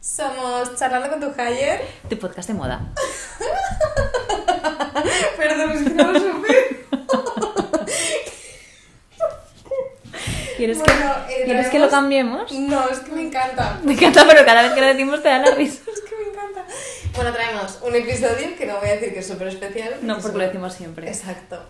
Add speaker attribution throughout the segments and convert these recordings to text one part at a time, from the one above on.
Speaker 1: Somos Charlando con tu Hayer.
Speaker 2: Tu podcast de moda.
Speaker 1: Perdón, es que no lo supe.
Speaker 2: ¿Quieres,
Speaker 1: Bueno,
Speaker 2: que,
Speaker 1: eh,
Speaker 2: ¿quieres que lo
Speaker 1: traemos-
Speaker 2: cambiamos?
Speaker 1: No, es que me encanta.
Speaker 2: Me encanta, pero cada vez que lo decimos te da la risa.
Speaker 1: Es que me encanta. Bueno, traemos un episodio que no voy a decir que es súper especial.
Speaker 2: No,
Speaker 1: es
Speaker 2: porque lo decimos siempre.
Speaker 1: Exacto.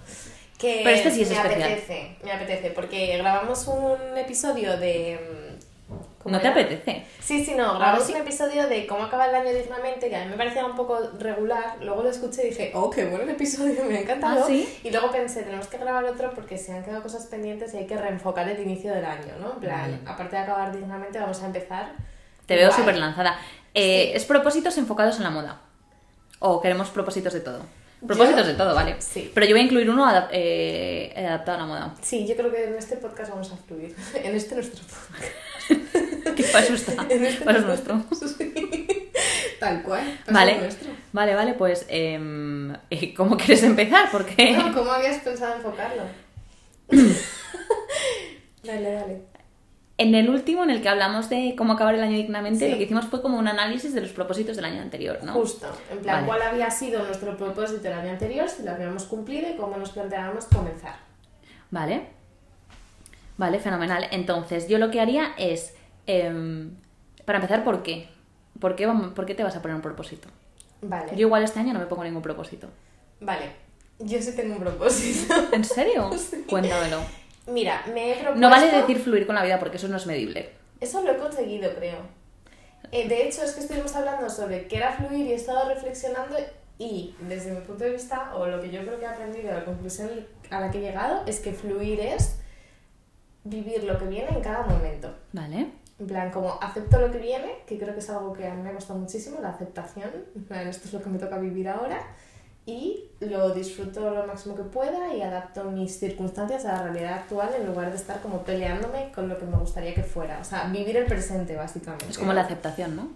Speaker 1: Que
Speaker 2: Pero este sí es
Speaker 1: me
Speaker 2: especial.
Speaker 1: apetece, me apetece, porque grabamos un episodio de... mm, ¿cómo
Speaker 2: ¿No te
Speaker 1: era?
Speaker 2: apetece?
Speaker 1: Sí, sí, no, grabamos
Speaker 2: sí.
Speaker 1: un episodio de cómo acaba el año dignamente, que a mí me parecía un poco regular, luego lo escuché y dije, oh, qué bueno el episodio, me ha encantado.
Speaker 2: ¿Ah, sí?
Speaker 1: Y luego pensé, tenemos que grabar otro porque se han quedado cosas pendientes y hay que reenfocar el inicio del año, ¿no? En plan,
Speaker 2: Vale.
Speaker 1: aparte de acabar dignamente, vamos a empezar.
Speaker 2: Te veo
Speaker 1: guay.
Speaker 2: súper lanzada. Eh, ¿Es propósitos enfocados en la moda? ¿O queremos propósitos de todo? Propósitos
Speaker 1: Yo-
Speaker 2: de todo, vale.
Speaker 1: sí.
Speaker 2: Pero yo voy a incluir uno adap- eh, adaptado a la moda.
Speaker 1: Sí, yo creo que en este podcast vamos a fluir. En este nuestro podcast.
Speaker 2: Que me asusta.
Speaker 1: En este
Speaker 2: Paso Ah, nuestro.
Speaker 1: Sí. Tal cual. paso
Speaker 2: Vale.
Speaker 1: nuestro.
Speaker 2: Vale, vale, pues. em, ¿y ¿Cómo quieres empezar? Porque.
Speaker 1: No, ¿Cómo habías pensado enfocarlo? dale, dale.
Speaker 2: En el último, en el que hablamos de cómo acabar el año dignamente,
Speaker 1: Sí.
Speaker 2: lo que hicimos fue como un análisis de los propósitos del año anterior, ¿no?
Speaker 1: Justo, en plan,
Speaker 2: Vale.
Speaker 1: ¿cuál había sido nuestro propósito el año anterior, si lo habíamos cumplido y cómo nos planteábamos comenzar?
Speaker 2: Vale. Vale, fenomenal. Entonces, yo lo que haría es. em, para empezar, ¿por qué? ¿Por qué, vam- ¿Por qué te vas a poner un propósito?
Speaker 1: Vale.
Speaker 2: Yo igual este año no me pongo ningún propósito.
Speaker 1: Vale, yo sí tengo un propósito.
Speaker 2: ¿En serio?
Speaker 1: Sí.
Speaker 2: Cuéntamelo.
Speaker 1: Mira, me he propuesto...
Speaker 2: No vale decir fluir con la vida porque eso no es medible.
Speaker 1: Eso lo he conseguido, creo. Eh, de hecho, es que estuvimos hablando sobre qué era fluir y he estado reflexionando y desde mi punto de vista, o lo que yo creo que he aprendido, la conclusión a la que he llegado, es que fluir es vivir lo que viene en cada momento.
Speaker 2: Vale.
Speaker 1: En plan, como acepto lo que viene, que creo que es algo que a mí me ha costado muchísimo, la aceptación, en plan, esto es lo que me toca vivir ahora, y lo disfruto lo máximo que pueda y adapto mis circunstancias a la realidad actual en lugar de estar como peleándome con lo que me gustaría que fuera. O sea, vivir el presente, básicamente.
Speaker 2: Es como la aceptación, ¿no?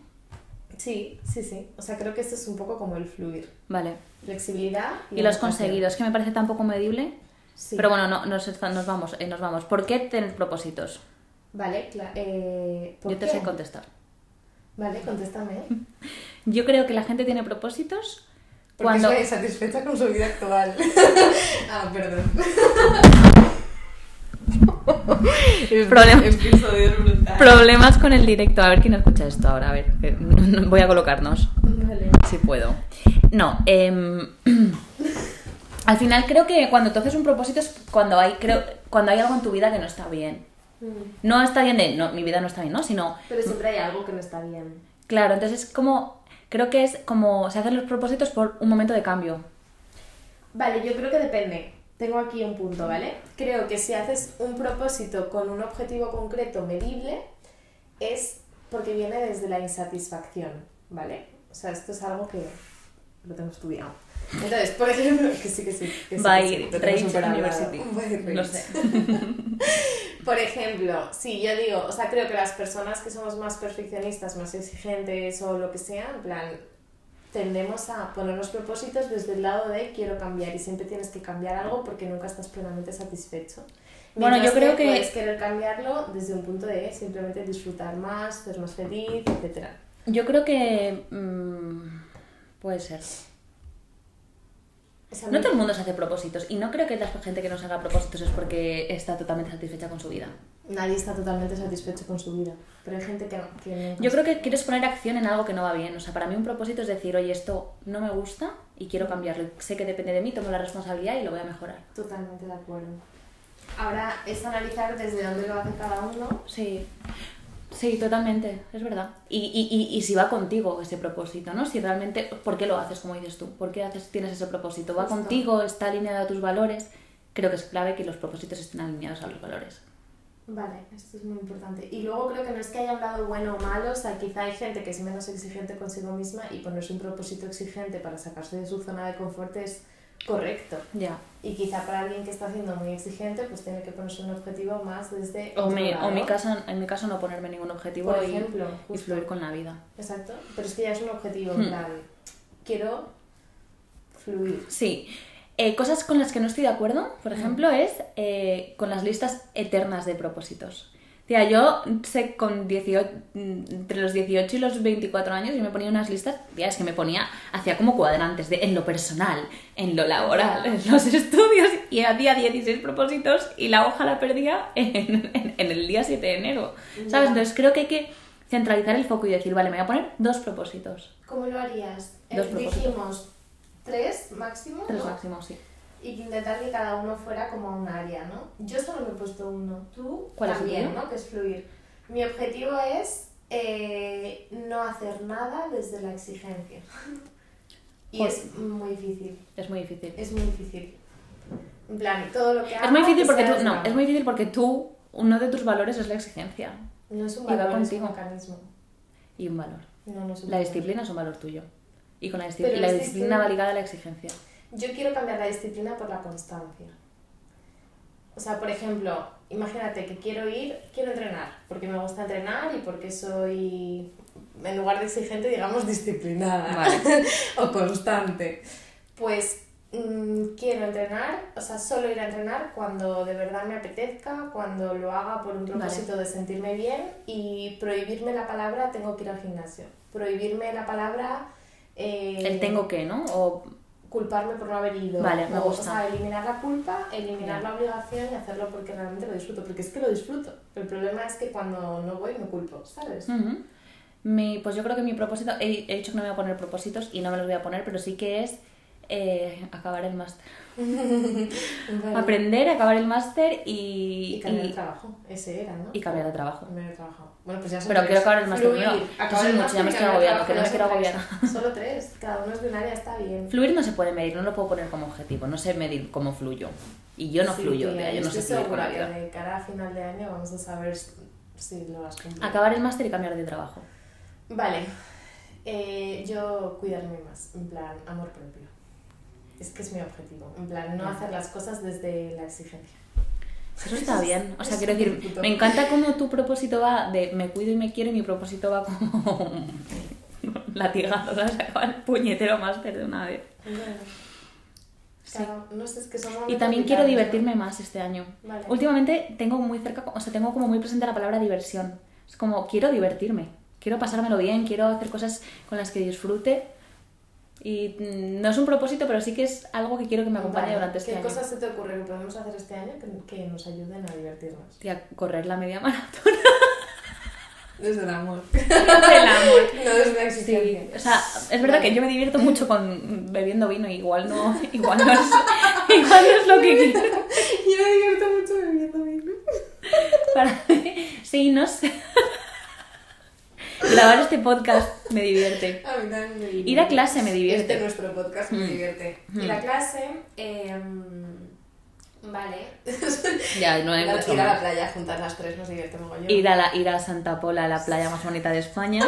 Speaker 1: Sí, sí, sí. O sea, creo que esto es un poco como el fluir.
Speaker 2: Vale.
Speaker 1: Flexibilidad.
Speaker 2: Y lo has
Speaker 1: adaptación.
Speaker 2: conseguido. Es que me parece tan poco medible.
Speaker 1: Sí.
Speaker 2: Pero bueno, no, nos, está- nos vamos, eh, nos vamos. ¿Por qué tener propósitos?
Speaker 1: Vale, claro. Eh, ¿por
Speaker 2: Yo te
Speaker 1: qué?
Speaker 2: sé contestar.
Speaker 1: Vale, contéstame.
Speaker 2: Yo creo que la gente tiene propósitos
Speaker 1: Porque
Speaker 2: cuando...
Speaker 1: soy insatisfecha con su vida actual. ah, perdón.
Speaker 2: Problema-
Speaker 1: Episodio brutal.
Speaker 2: Problemas con el directo. A ver quién escucha esto ahora. A ver, que- voy a colocarnos.
Speaker 1: Vale.
Speaker 2: Si puedo. No, em, al final creo que cuando te haces un propósito es cuando hay, creo, cuando hay algo en tu vida que no está bien. No está bien de, no, mi vida no está bien, ¿no? Sino,
Speaker 1: Pero siempre hay algo que no está bien.
Speaker 2: claro, entonces es como, creo que es como se hacen los propósitos por un momento de cambio.
Speaker 1: Vale, yo creo que depende. Tengo aquí un punto, ¿vale? Creo que si haces un propósito con un objetivo concreto medible, es porque viene desde la insatisfacción, ¿vale? O sea, esto es algo que lo tengo estudiado. Entonces, por ejemplo, que sí, que sí. Que sí,
Speaker 2: By
Speaker 1: que sí, lo tengo
Speaker 2: Rage
Speaker 1: superahablado.
Speaker 2: University.
Speaker 1: By Rage.
Speaker 2: Lo sé.
Speaker 1: Por ejemplo, sí, yo digo, o sea, creo que las personas que somos más perfeccionistas, más exigentes o lo que sea, en plan, tendemos a poner los propósitos desde el lado de quiero cambiar y siempre tienes que cambiar algo porque nunca estás plenamente satisfecho.
Speaker 2: Bueno, yo creo que-
Speaker 1: puedes querer cambiarlo desde un punto de simplemente disfrutar más, ser más feliz, etc.
Speaker 2: Yo creo que... mm, puede ser.
Speaker 1: O sea,
Speaker 2: No todo el mundo se hace propósitos y no creo que la gente que no se haga propósitos es porque está totalmente satisfecha con su vida.
Speaker 1: Nadie está totalmente satisfecho con su vida, pero hay gente que no. que nunca
Speaker 2: Yo creo que quieres poner acción en algo que no va bien. O sea, para mí un propósito es decir, oye, esto no me gusta y quiero cambiarlo. Sé que depende de mí, tomo la responsabilidad y lo voy a mejorar.
Speaker 1: Totalmente de acuerdo. Ahora es analizar desde dónde lo hace cada uno.
Speaker 2: Sí, sí, totalmente, es verdad. Y, y- y- y si va contigo ese propósito, ¿no? Si realmente, ¿por qué lo haces, como dices tú? ¿Por qué haces, tienes ese propósito? ¿Va
Speaker 1: Justo.
Speaker 2: contigo? ¿Está alineado a tus valores? Creo que es clave que los propósitos estén alineados a los valores.
Speaker 1: Vale, esto es muy importante. Y luego creo que no es que haya un lado bueno o malo, o sea, quizá hay gente que es menos exigente consigo misma y ponerse un propósito exigente para sacarse de su zona de confort es correcto.
Speaker 2: Ya.
Speaker 1: Y quizá para alguien que está siendo muy exigente, pues tiene que ponerse un objetivo más desde...
Speaker 2: O,
Speaker 1: otro
Speaker 2: mi, o
Speaker 1: lado.
Speaker 2: mi caso, en mi caso no ponerme ningún objetivo
Speaker 1: Por
Speaker 2: y-
Speaker 1: ejemplo,
Speaker 2: y
Speaker 1: justo.
Speaker 2: fluir con la vida.
Speaker 1: Exacto, pero es que ya es un objetivo, en
Speaker 2: Hmm.
Speaker 1: plan, quiero fluir.
Speaker 2: Sí. Eh, cosas con las que no estoy de acuerdo, por ejemplo, es eh, con las listas eternas de propósitos. Tía, yo sé con 18, entre los 18 y los 24 años yo me ponía unas listas, tía, es que me ponía, hacía como cuadrantes de en lo personal, en lo laboral, en los estudios, y hacía 16 propósitos y la hoja la perdía en, en- en el día 7 de enero. ¿Sabes? Entonces creo que hay que centralizar el foco y decir, vale, me voy a poner dos propósitos.
Speaker 1: ¿Cómo lo harías? Eh,
Speaker 2: Dos propósitos.
Speaker 1: dijimos tres máximo
Speaker 2: Tres
Speaker 1: ¿no?
Speaker 2: máximos, sí.
Speaker 1: y que intentar que cada uno fuera como a un área, ¿no? Yo solo me he puesto uno, tú
Speaker 2: ¿Cuál es el
Speaker 1: también,
Speaker 2: tuyo?
Speaker 1: ¿no? Que es fluir. Mi objetivo es eh, no hacer nada desde la exigencia. y
Speaker 2: Joder.
Speaker 1: es muy difícil,
Speaker 2: Es muy difícil.
Speaker 1: es muy difícil. En plan, todo lo que hago...
Speaker 2: Es muy difícil
Speaker 1: que
Speaker 2: porque
Speaker 1: sea
Speaker 2: tú, no,
Speaker 1: desde-
Speaker 2: es muy difícil porque tú, uno de tus valores es la exigencia
Speaker 1: No es un
Speaker 2: y va
Speaker 1: valor,
Speaker 2: contigo.
Speaker 1: es un mecanismo.
Speaker 2: y un valor.
Speaker 1: No, no es un
Speaker 2: La
Speaker 1: valor.
Speaker 2: disciplina es un valor tuyo. Y con la, disci-
Speaker 1: Pero
Speaker 2: y la
Speaker 1: es
Speaker 2: disciplina
Speaker 1: disciplina.
Speaker 2: va ligada a la exigencia.
Speaker 1: Yo quiero cambiar la disciplina por la constancia. O sea, por ejemplo, imagínate que quiero ir, quiero entrenar, porque me gusta entrenar y porque soy, en lugar de exigente, digamos, disciplinada o constante. Pues mm, quiero entrenar, o sea, solo ir a entrenar cuando de verdad me apetezca, cuando lo haga por un
Speaker 2: Vale.
Speaker 1: propósito de sentirme bien y prohibirme la palabra tengo que ir al gimnasio. Prohibirme la palabra... eh,
Speaker 2: El tengo que, ¿no? O
Speaker 1: culparme por no haber ido.
Speaker 2: Vale, me
Speaker 1: o,
Speaker 2: gusta.
Speaker 1: O sea, eliminar la culpa, eliminar la obligación y hacerlo porque realmente lo disfruto. Porque es que lo disfruto. El problema es que cuando no voy me culpo, ¿sabes?
Speaker 2: Ujú. Mi- pues yo creo que mi propósito, he, he dicho que no me voy a poner propósitos y no me los voy a poner, pero sí que es eh, acabar el máster.
Speaker 1: Vale.
Speaker 2: Aprender, acabar el máster y,
Speaker 1: Y cambiar
Speaker 2: y-
Speaker 1: de trabajo. Ese era, ¿no?
Speaker 2: y cambiar de trabajo.
Speaker 1: Cambiar de trabajo. Bueno, pues ya son
Speaker 2: Pero
Speaker 1: tres.
Speaker 2: quiero acabar el máster
Speaker 1: Fluir,
Speaker 2: primero.
Speaker 1: acabar
Speaker 2: Eso es
Speaker 1: el
Speaker 2: mucho,
Speaker 1: máster
Speaker 2: ya me
Speaker 1: y
Speaker 2: estoy
Speaker 1: cambiar de
Speaker 2: agobiando, que no me quiero
Speaker 1: trabajo, ya son
Speaker 2: agobiar.
Speaker 1: tres. Solo tres. Cada uno es de un área, está bien.
Speaker 2: Fluir no se puede medir, no lo puedo poner como objetivo, no sé medir cómo fluyo. Y yo no
Speaker 1: Sí,
Speaker 2: fluyo,
Speaker 1: tía,
Speaker 2: tía, yo no sé
Speaker 1: estoy
Speaker 2: fluir con la
Speaker 1: segura que
Speaker 2: vida.
Speaker 1: de cara a final de año vamos a saber si lo has cumplido.
Speaker 2: Acabar el máster y cambiar de trabajo.
Speaker 1: Vale, Eh, yo cuidarme más, en plan, amor propio. Es que es mi objetivo, en plan, no hacer las cosas desde la exigencia.
Speaker 2: Eso está bien. O sea,
Speaker 1: Es
Speaker 2: quiero
Speaker 1: un
Speaker 2: decir,
Speaker 1: punto.
Speaker 2: me encanta cómo tu propósito va de me cuido y me quiero y mi propósito va como un latigazo, o sea, se acaba el puñetero máster de una vez.
Speaker 1: Bueno,
Speaker 2: Sí.
Speaker 1: cada- no sé, es que somos
Speaker 2: Y también quiero divertirme más este año.
Speaker 1: Vale.
Speaker 2: Últimamente tengo muy cerca, o sea, tengo como muy presente la palabra diversión. Es como quiero divertirme, quiero pasármelo bien, quiero hacer cosas con las que disfrute. Y mm, no es un propósito, pero sí que es algo que quiero que me acompañe
Speaker 1: Vale,
Speaker 2: durante este
Speaker 1: ¿Qué
Speaker 2: año.
Speaker 1: cosas se te ocurre que podemos hacer este año que, que nos ayuden a divertirnos?
Speaker 2: Tía, correr la media maratón
Speaker 1: Desde el amor.
Speaker 2: del amor.
Speaker 1: no desde la
Speaker 2: Sí,
Speaker 1: exigencia.
Speaker 2: o sea, es verdad que yo me divierto mucho con bebiendo vino, igual no, igual no es, igual no es lo que quiero.
Speaker 1: Yo me divierto mucho bebiendo vino.
Speaker 2: Para sí, no sé. Grabar este podcast me divierte.
Speaker 1: A mí también me divierte.
Speaker 2: Ir a clase
Speaker 1: Este
Speaker 2: me
Speaker 1: es
Speaker 2: divierte.
Speaker 1: nuestro podcast me
Speaker 2: Mm.
Speaker 1: divierte. Y la clase, em, vale.
Speaker 2: Ya, no hay
Speaker 1: La-
Speaker 2: mucho
Speaker 1: ir a la
Speaker 2: más.
Speaker 1: playa juntas las tres nos divierte mogollón.
Speaker 2: Ir a, la, ir a Santa Pola, la playa más bonita de España,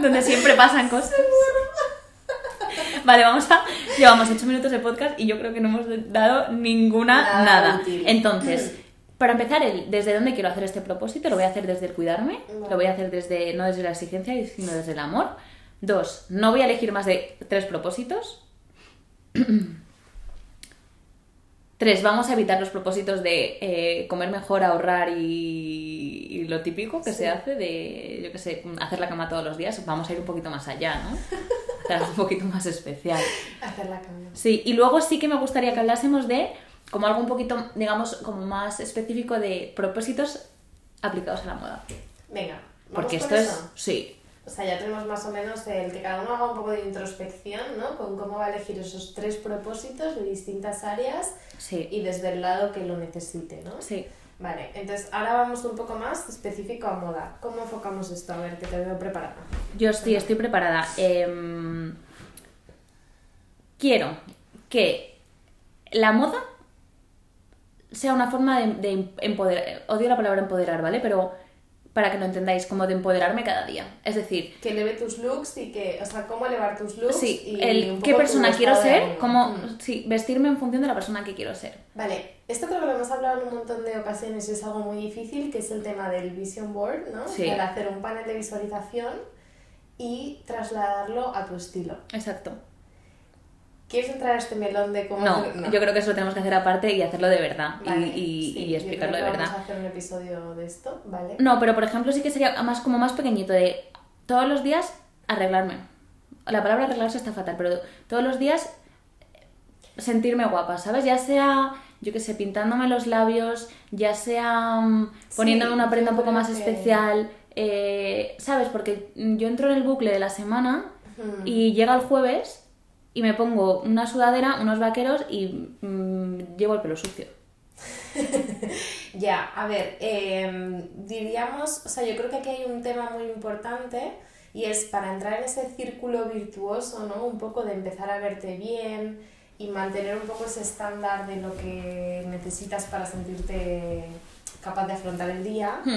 Speaker 2: donde siempre pasan cosas. Vale, vamos a. Llevamos 8 minutos de podcast y yo creo que no hemos dado ninguna nada.
Speaker 1: Nada útil.
Speaker 2: Entonces, para empezar, el desde dónde quiero hacer este propósito, lo voy a hacer desde el cuidarme,
Speaker 1: Vale.
Speaker 2: lo voy a hacer desde no desde la exigencia, sino desde el amor. Dos, no voy a elegir más de tres propósitos. Tres, vamos a evitar los propósitos de eh, comer mejor, ahorrar y, y lo típico que
Speaker 1: Sí.
Speaker 2: se hace de, yo qué sé, hacer la cama todos los días. Vamos a ir un poquito más allá, ¿no? Hacer algo un poquito más especial.
Speaker 1: Hacer la cama.
Speaker 2: Sí, y luego sí que me gustaría que hablásemos de como algo un poquito, digamos, como más específico de propósitos aplicados a la moda.
Speaker 1: Venga. vamos
Speaker 2: Porque
Speaker 1: con
Speaker 2: esto
Speaker 1: eso.
Speaker 2: es... Sí,
Speaker 1: O sea, ya tenemos más o menos el que cada uno haga un poco de introspección, ¿no? Con cómo va a elegir esos tres propósitos de distintas áreas
Speaker 2: sí,
Speaker 1: y desde el lado que lo necesite, ¿no?
Speaker 2: sí.
Speaker 1: Vale, entonces ahora vamos un poco más específico a moda. ¿Cómo enfocamos esto? A ver, que te veo preparada.
Speaker 2: Yo estoy, estoy preparada. Em, quiero que la moda sea una forma de, de empoderar. Odio la palabra empoderar, ¿vale? Pero para que lo entendáis, como de empoderarme cada día. Es decir,
Speaker 1: Que eleve tus looks y que, o sea, cómo elevar tus looks
Speaker 2: sí,
Speaker 1: y un
Speaker 2: el
Speaker 1: poco
Speaker 2: qué
Speaker 1: tu
Speaker 2: persona quiero
Speaker 1: estado de
Speaker 2: ser,
Speaker 1: ánimo.
Speaker 2: como
Speaker 1: Mm.
Speaker 2: sí, vestirme en función de la persona que quiero ser.
Speaker 1: Vale, esto creo que lo hemos hablado en un montón de ocasiones y es algo muy difícil, que es el tema del vision board, ¿no?
Speaker 2: Sí.
Speaker 1: El hacer un panel de visualización y trasladarlo a tu estilo.
Speaker 2: Exacto.
Speaker 1: ¿Quieres entrar a este melón de cómo
Speaker 2: No,
Speaker 1: hacer-
Speaker 2: yo creo que eso lo tenemos que hacer aparte y hacerlo de verdad. y-
Speaker 1: Vale,
Speaker 2: y,
Speaker 1: sí,
Speaker 2: y
Speaker 1: yo
Speaker 2: explicarlo de
Speaker 1: creo que
Speaker 2: verdad.
Speaker 1: Vamos a hacer un episodio de esto, ¿vale?
Speaker 2: No, pero por ejemplo sí que sería más como más pequeñito de todos los días arreglarme. La palabra arreglarse está fatal, pero todos los días eh, sentirme guapa, ¿sabes? Ya sea, yo qué sé, pintándome los labios, ya sea mm,
Speaker 1: Sí,
Speaker 2: poniéndome una
Speaker 1: yo
Speaker 2: prenda un poco
Speaker 1: creo
Speaker 2: más
Speaker 1: que-
Speaker 2: especial, eh, ¿sabes? Porque mm, yo entro en el bucle de la semana
Speaker 1: Hmm.
Speaker 2: Mm. y llega el jueves y me pongo una sudadera, unos vaqueros y mm, llevo el pelo sucio.
Speaker 1: Ya, a ver, em, diríamos, o sea, yo creo que aquí hay un tema muy importante y es para entrar en ese círculo virtuoso, ¿no? Un poco de empezar a verte bien y mantener un poco ese estándar de lo que necesitas para sentirte capaz de afrontar el día.
Speaker 2: Mm,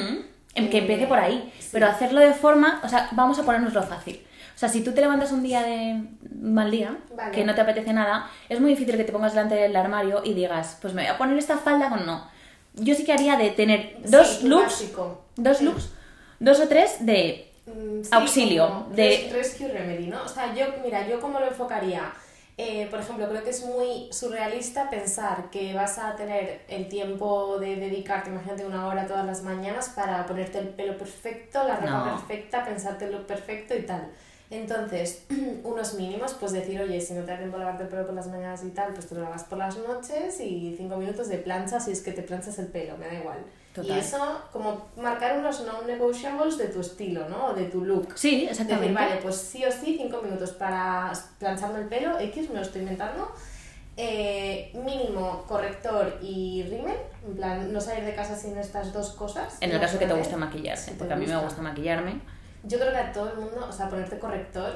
Speaker 2: em- Que
Speaker 1: Eh,
Speaker 2: empiece por ahí,
Speaker 1: sí.
Speaker 2: pero hacerlo de forma, o sea, vamos a ponernoslo fácil. O sea, si tú te levantas un día de un mal día,
Speaker 1: Vale.
Speaker 2: que no te apetece nada, es muy difícil que te pongas delante del armario y digas, pues me voy a poner esta falda con no. Yo sí que haría de tener dos
Speaker 1: Sí,
Speaker 2: looks,
Speaker 1: básico.
Speaker 2: dos
Speaker 1: Sí.
Speaker 2: looks, dos o tres de
Speaker 1: Mm, sí,
Speaker 2: Auxilio,
Speaker 1: como
Speaker 2: de-
Speaker 1: res- Rescue Remedy, ¿no? O sea, yo, mira, yo cómo lo enfocaría. Eh, por ejemplo, creo que es muy surrealista pensar que vas a tener el tiempo de dedicarte, imagínate, una hora todas las mañanas para ponerte el pelo perfecto, la ropa
Speaker 2: No.
Speaker 1: perfecta, pensarte el look perfecto y tal. Entonces, unos mínimos, pues decir, oye, si no te da tiempo a lavarte el pelo por las mañanas y tal, pues te lo lavas por las noches y cinco minutos de plancha si es que te planchas el pelo, me da igual.
Speaker 2: Total.
Speaker 1: Y eso, como marcar unos non-negotiables de tu estilo, ¿no? O de tu look.
Speaker 2: Sí,
Speaker 1: Decir,
Speaker 2: exactamente.
Speaker 1: vale, pues sí o sí, cinco minutos para plancharme el pelo, X, me lo estoy inventando. Eh, mínimo corrector y rímel, en plan, no salir de casa sin estas dos cosas.
Speaker 2: En el caso que te guste
Speaker 1: más.
Speaker 2: maquillarse,
Speaker 1: Si te
Speaker 2: porque a mí me
Speaker 1: gusta.
Speaker 2: gusta maquillarme.
Speaker 1: Yo creo que a todo el mundo, o sea, ponerte corrector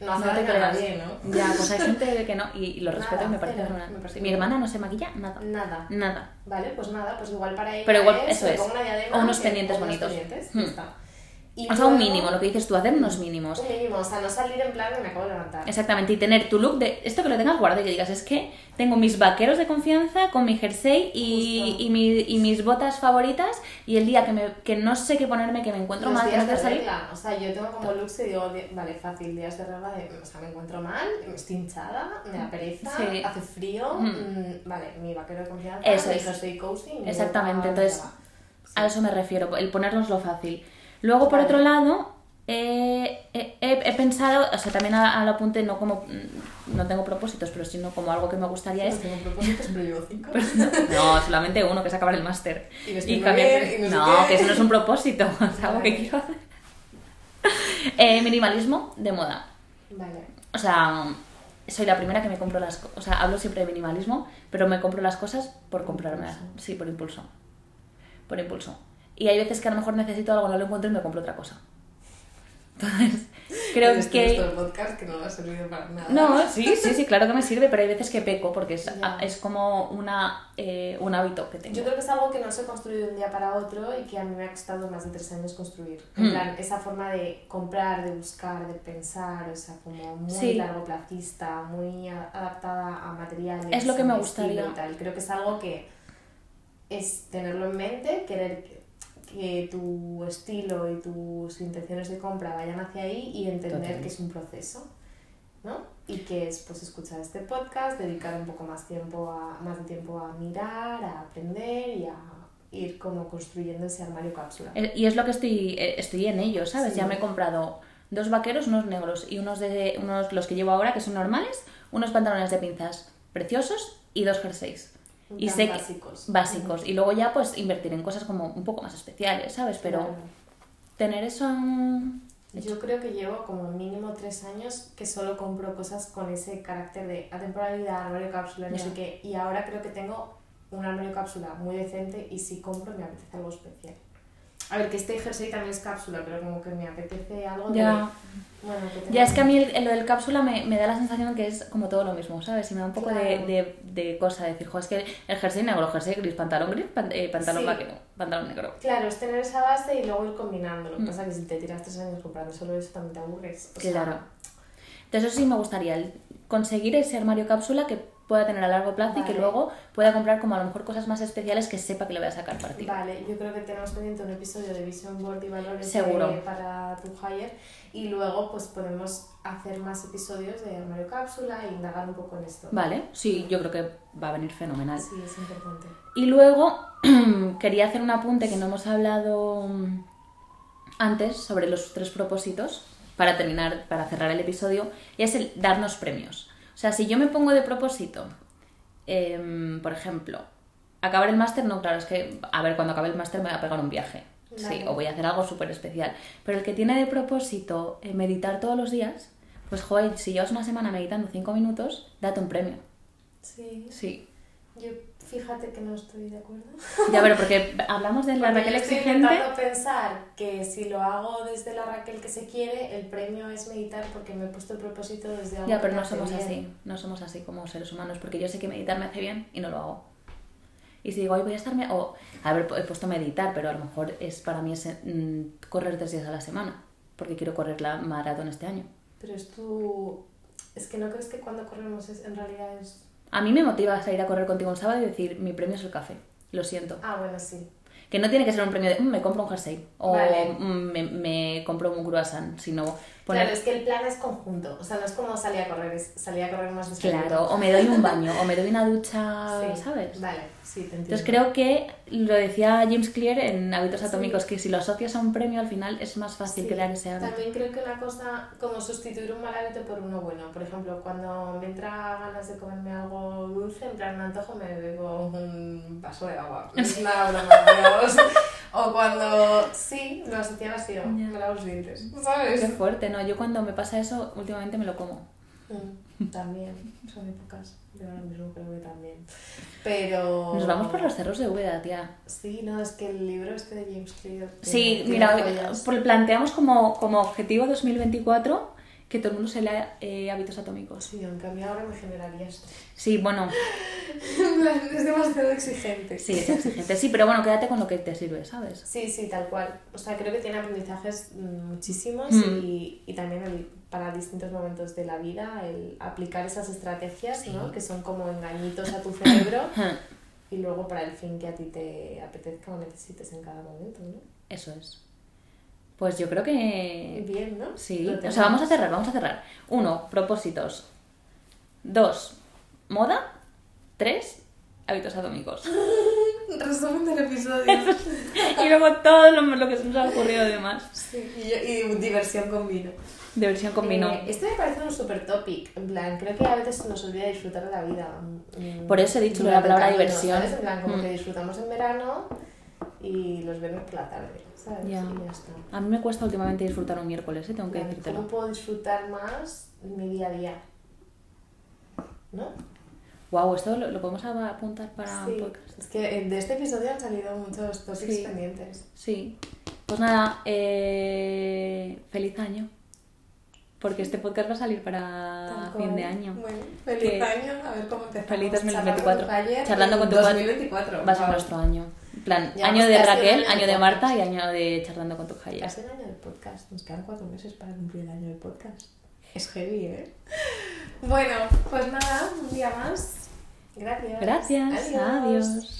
Speaker 1: no hace
Speaker 2: No te
Speaker 1: daño a
Speaker 2: creas.
Speaker 1: nadie, ¿no?
Speaker 2: Ya, pues hay gente que no, y, y lo respeto
Speaker 1: Nada,
Speaker 2: y me parece
Speaker 1: cero,
Speaker 2: fenomenal.
Speaker 1: me parece
Speaker 2: Mi
Speaker 1: bien.
Speaker 2: hermana no se maquilla nada.
Speaker 1: Nada.
Speaker 2: Nada.
Speaker 1: Vale, pues nada, pues igual para ella
Speaker 2: Pero igual,
Speaker 1: es,
Speaker 2: eso
Speaker 1: me
Speaker 2: es.
Speaker 1: pongo una diadema
Speaker 2: O unos
Speaker 1: y-
Speaker 2: pendientes bonitos.
Speaker 1: pendientes, ya
Speaker 2: Hmm.
Speaker 1: está. Y
Speaker 2: O sea, un
Speaker 1: luego-
Speaker 2: mínimo, lo que dices tú, hacer unos mínimos.
Speaker 1: Un mínimo, o sea, no salir en plan que me acabo de levantar.
Speaker 2: Exactamente, y tener tu look de esto que lo tengas guardado y que digas, es que tengo mis vaqueros de confianza con mi jersey y,
Speaker 1: Justo.
Speaker 2: y, mi- y mis botas favoritas y el día que, me, que no sé qué ponerme, que me encuentro
Speaker 1: Los
Speaker 2: mal, que no
Speaker 1: días de
Speaker 2: quiero salir.
Speaker 1: regla, o sea, yo tengo como looks que digo, de- vale, fácil, días de regla, de, o sea, me encuentro mal, estoy hinchada, me da pereza,
Speaker 2: Sí.
Speaker 1: hace frío,
Speaker 2: Mm.
Speaker 1: mm, vale, mi vaquero de confianza,
Speaker 2: Eso
Speaker 1: mi
Speaker 2: es.
Speaker 1: jersey cozy, mi
Speaker 2: Exactamente,
Speaker 1: ropa,
Speaker 2: entonces,
Speaker 1: ya va.
Speaker 2: A eso me refiero, el ponernoslo fácil. Luego, por
Speaker 1: Vale.
Speaker 2: otro lado, eh, eh, he, he pensado, o sea, también a- al apunte, no como, mm, no tengo propósitos, pero sino como algo que me gustaría es
Speaker 1: No pues tengo propósitos, pero llevo cinco.
Speaker 2: No, solamente uno, que es acabar el máster.
Speaker 1: Y vestirme
Speaker 2: cambiar-
Speaker 1: bien, y no sé
Speaker 2: no,
Speaker 1: qué.
Speaker 2: que eso no es un propósito, es algo que
Speaker 1: Vale.
Speaker 2: quiero hacer. Eh, minimalismo de moda.
Speaker 1: Vale.
Speaker 2: O sea, soy la primera que me compro las cosas. O sea, hablo siempre de minimalismo, pero me compro las cosas por comprármelas.
Speaker 1: Impulso.
Speaker 2: Sí, por impulso. Por impulso. Y hay veces que a lo mejor necesito algo, no lo encuentro y me compro otra cosa. Entonces, creo
Speaker 1: Este
Speaker 2: que.
Speaker 1: es nuestro podcast que no me ha servido para nada.
Speaker 2: No, sí, sí, sí, claro que me sirve, pero hay veces que peco porque es,
Speaker 1: Ya.
Speaker 2: es como una, eh, un hábito que tengo.
Speaker 1: Yo creo que es algo que no se construye de un día para otro y que a mí me ha costado más de tres años construir. En
Speaker 2: Hmm.
Speaker 1: plan, esa forma de comprar, de buscar, de pensar, o sea, como muy
Speaker 2: Sí.
Speaker 1: largo placista, muy a- adaptada a materiales.
Speaker 2: Es lo que
Speaker 1: a
Speaker 2: me
Speaker 1: mi
Speaker 2: gustaría.
Speaker 1: estilo y tal. Creo que es algo que es tenerlo en mente, querer que- que tu estilo y tus intenciones de compra vayan hacia ahí y entender
Speaker 2: Total.
Speaker 1: que es un proceso. ¿no? Y que es pues escuchar este podcast, dedicar un poco más tiempo a, más de tiempo a mirar, a aprender y a ir como construyendo ese armario cápsula.
Speaker 2: Eh, Y es lo que estoy, eh, estoy en ello, ¿sabes?
Speaker 1: Sí.
Speaker 2: Ya me he comprado dos vaqueros, unos negros y unos de unos los que llevo ahora, que son normales, unos pantalones de pinzas preciosos y dos jerseys
Speaker 1: En
Speaker 2: y
Speaker 1: plan
Speaker 2: sé que-
Speaker 1: básicos.
Speaker 2: básicos. Y luego ya pues invertir en cosas como un poco más especiales, ¿sabes? Pero
Speaker 1: Claro.
Speaker 2: tener eso en-
Speaker 1: Yo creo que llevo como mínimo tres años que solo compro cosas con ese carácter de atemporalidad, armario cápsula, no
Speaker 2: Ya.
Speaker 1: sé qué. Y ahora creo que tengo un armario cápsula muy decente y si compro me apetece algo especial. A ver, que este jersey también es cápsula, pero como que me apetece algo
Speaker 2: Ya,
Speaker 1: de... Bueno, que
Speaker 2: ya es que a
Speaker 1: tenga-
Speaker 2: mí el- el- lo del cápsula me, me da la sensación que es como todo lo mismo, ¿sabes? Y me da un poco de,
Speaker 1: Claro.
Speaker 2: de, de cosa decir, jo, es que el jersey negro, jersey gris, pantalón gris, pan- eh, pantalón
Speaker 1: Sí.
Speaker 2: vaquero, pantalón negro.
Speaker 1: Claro, es tener esa base y luego ir combinando.
Speaker 2: Mm.
Speaker 1: Lo que pasa es que si te tiras tres años comprando solo eso, también te aburres. O sea,
Speaker 2: Claro. Entonces eso sí me gustaría, el- conseguir ese armario cápsula que pueda tener a largo plazo y
Speaker 1: Vale.
Speaker 2: que luego pueda comprar como a lo mejor cosas más especiales que sepa que le voy a sacar partido.
Speaker 1: Vale, yo creo que tenemos pendiente un episodio de Vision Board y valores
Speaker 2: Seguro.
Speaker 1: de- para tu hire y luego pues podemos hacer más episodios de armario cápsula e indagar un poco en esto.
Speaker 2: Vale, sí, yo creo que va a venir fenomenal.
Speaker 1: Sí, es importante.
Speaker 2: Y luego quería hacer un apunte que no hemos hablado mm, antes sobre los tres propósitos para terminar, para cerrar el episodio, y es el darnos premios. O sea, si yo me pongo de propósito, em, por ejemplo, acabar el máster, no, claro, es que, a ver, cuando acabe el máster me voy a pegar un viaje. Sí,
Speaker 1: Vale.
Speaker 2: o voy a hacer algo súper especial. Pero el que tiene de propósito eh, meditar todos los días, pues joder, si llevas una semana meditando cinco minutos, date un premio.
Speaker 1: Sí,
Speaker 2: Sí,
Speaker 1: yo fíjate que no estoy de acuerdo.
Speaker 2: ya, pero porque hablamos de la
Speaker 1: Porque
Speaker 2: Raquel
Speaker 1: yo estoy
Speaker 2: exigente.
Speaker 1: intentando pensar que si lo hago desde la Raquel que se quiere, el premio es meditar porque me he puesto el propósito desde algo
Speaker 2: Ya, pero
Speaker 1: que
Speaker 2: no
Speaker 1: hace
Speaker 2: somos
Speaker 1: bien.
Speaker 2: así. No somos así como seres humanos. Porque yo sé que meditar me hace bien y no lo hago. Y si digo, hoy voy a estarme. O, a ver, he puesto meditar, pero a lo mejor es para mí es mm, correr tres días a la semana. Porque quiero correr la maratón este año.
Speaker 1: Pero es tu... Es que no crees que cuando corremos es, en realidad es...
Speaker 2: A mí me motiva a salir a correr contigo un sábado y decir, mi premio es el café. Lo siento.
Speaker 1: Ah, bueno, sí.
Speaker 2: Que no tiene que ser un premio de, "Mm, me compro un jersey. O
Speaker 1: Vale.
Speaker 2: "Mm, me, me compro un croissant. Sino poner.
Speaker 1: Claro, es que el plan es conjunto. O sea, no es como salir a correr, es salir a correr más despacio.
Speaker 2: Claro, o me doy un baño, o me doy una ducha,
Speaker 1: Sí,
Speaker 2: ¿sabes?
Speaker 1: Vale, sí, te entiendo.
Speaker 2: Entonces creo que lo decía James Clear en Hábitos
Speaker 1: Sí.
Speaker 2: Atómicos, que si lo asocias a un premio al final es más fácil
Speaker 1: Sí.
Speaker 2: crear ese hábito.
Speaker 1: También creo que una cosa, como sustituir un mal hábito por uno bueno. Por ejemplo, cuando me entra ganas de comerme algo dulce, en plan me antojo, me bebo un vaso de agua. Es una broma, Dios. O cuando sí, lo asociaba así, o me lavo los dientes.
Speaker 2: Qué
Speaker 1: ¿Sabes?
Speaker 2: fuerte, ¿no? Yo cuando me pasa eso, últimamente me lo como.
Speaker 1: Mm, También, son épocas. Yo ahora mismo creo que también. Pero.
Speaker 2: Nos vamos por los cerros de Úbeda, tía.
Speaker 1: Sí, no, es que el libro este de James Clear. tiene-
Speaker 2: Sí,
Speaker 1: tiene
Speaker 2: mira,
Speaker 1: joyas.
Speaker 2: por- planteamos como, como objetivo 2024 que todo el mundo se lea eh, Hábitos Atómicos.
Speaker 1: Sí, aunque a mí ahora me generaría esto.
Speaker 2: Sí, bueno,
Speaker 1: En plan, es demasiado exigente.
Speaker 2: sí, es exigente. Sí, pero bueno, quédate con lo que te sirve, ¿sabes?
Speaker 1: Sí, sí, tal cual. O sea, creo que tiene aprendizajes mm, muchísimos
Speaker 2: Mm.
Speaker 1: y, y también el- para distintos momentos de la vida, el aplicar esas estrategias, ¿no? Que son como engañitos a tu cerebro y luego para el fin que a ti te apetezca o necesites en cada momento, ¿no?
Speaker 2: Eso es. Pues yo creo que
Speaker 1: Bien, ¿no?
Speaker 2: Sí,
Speaker 1: Lo
Speaker 2: o sea,
Speaker 1: tenemos.
Speaker 2: vamos a cerrar, vamos a cerrar. Uno, propósitos. Dos, moda. Tres, hábitos atómicos.
Speaker 1: Resumen del episodio.
Speaker 2: y luego todo lo, lo que se nos ha ocurrido además.
Speaker 1: Sí, y, yo- y diversión con vino.
Speaker 2: Diversión con vino.
Speaker 1: Eh, este me parece un super topic. En plan, creo que a veces se nos olvida disfrutar de la vida. mm,
Speaker 2: Por eso he dicho lo de la
Speaker 1: durante
Speaker 2: palabra
Speaker 1: el camino,
Speaker 2: diversión.
Speaker 1: ¿sabes? En plan, como
Speaker 2: Mm.
Speaker 1: que disfrutamos en verano y los vemos por la tarde, ¿sabes?
Speaker 2: Ya.
Speaker 1: Y ya está.
Speaker 2: A mí me cuesta últimamente disfrutar un miércoles, ¿eh? tengo que
Speaker 1: En plan, ¿Cómo
Speaker 2: decírtelo.
Speaker 1: puedo disfrutar más mi día a día? ¿No?
Speaker 2: Wow, esto lo, lo podemos a- apuntar para
Speaker 1: Sí.
Speaker 2: un podcast.
Speaker 1: Es que eh, de este episodio han salido muchos topics
Speaker 2: Sí.
Speaker 1: pendientes.
Speaker 2: Sí. Pues nada, eh, feliz año. Porque este podcast va a salir para
Speaker 1: Tal
Speaker 2: fin de
Speaker 1: cual.
Speaker 2: año.
Speaker 1: Bueno, feliz
Speaker 2: Que-
Speaker 1: año, a ver cómo empezamos.
Speaker 2: Feliz
Speaker 1: Charlando
Speaker 2: 2024.
Speaker 1: con tu taller
Speaker 2: Charlando
Speaker 1: y
Speaker 2: con tu cuat-
Speaker 1: 2024.
Speaker 2: Va a ser
Speaker 1: wow.
Speaker 2: nuestro año. En plan,
Speaker 1: Ya,
Speaker 2: año
Speaker 1: pues,
Speaker 2: de
Speaker 1: casi un
Speaker 2: Raquel,
Speaker 1: año de
Speaker 2: año de
Speaker 1: podcast.
Speaker 2: Marta y año de charlando con tus calles.
Speaker 1: Casi el año del podcast. Nos quedan cuatro meses para cumplir el año del podcast. Es heavy, ¿eh? Bueno, pues nada, un día más. Gracias.
Speaker 2: Gracias. Adiós.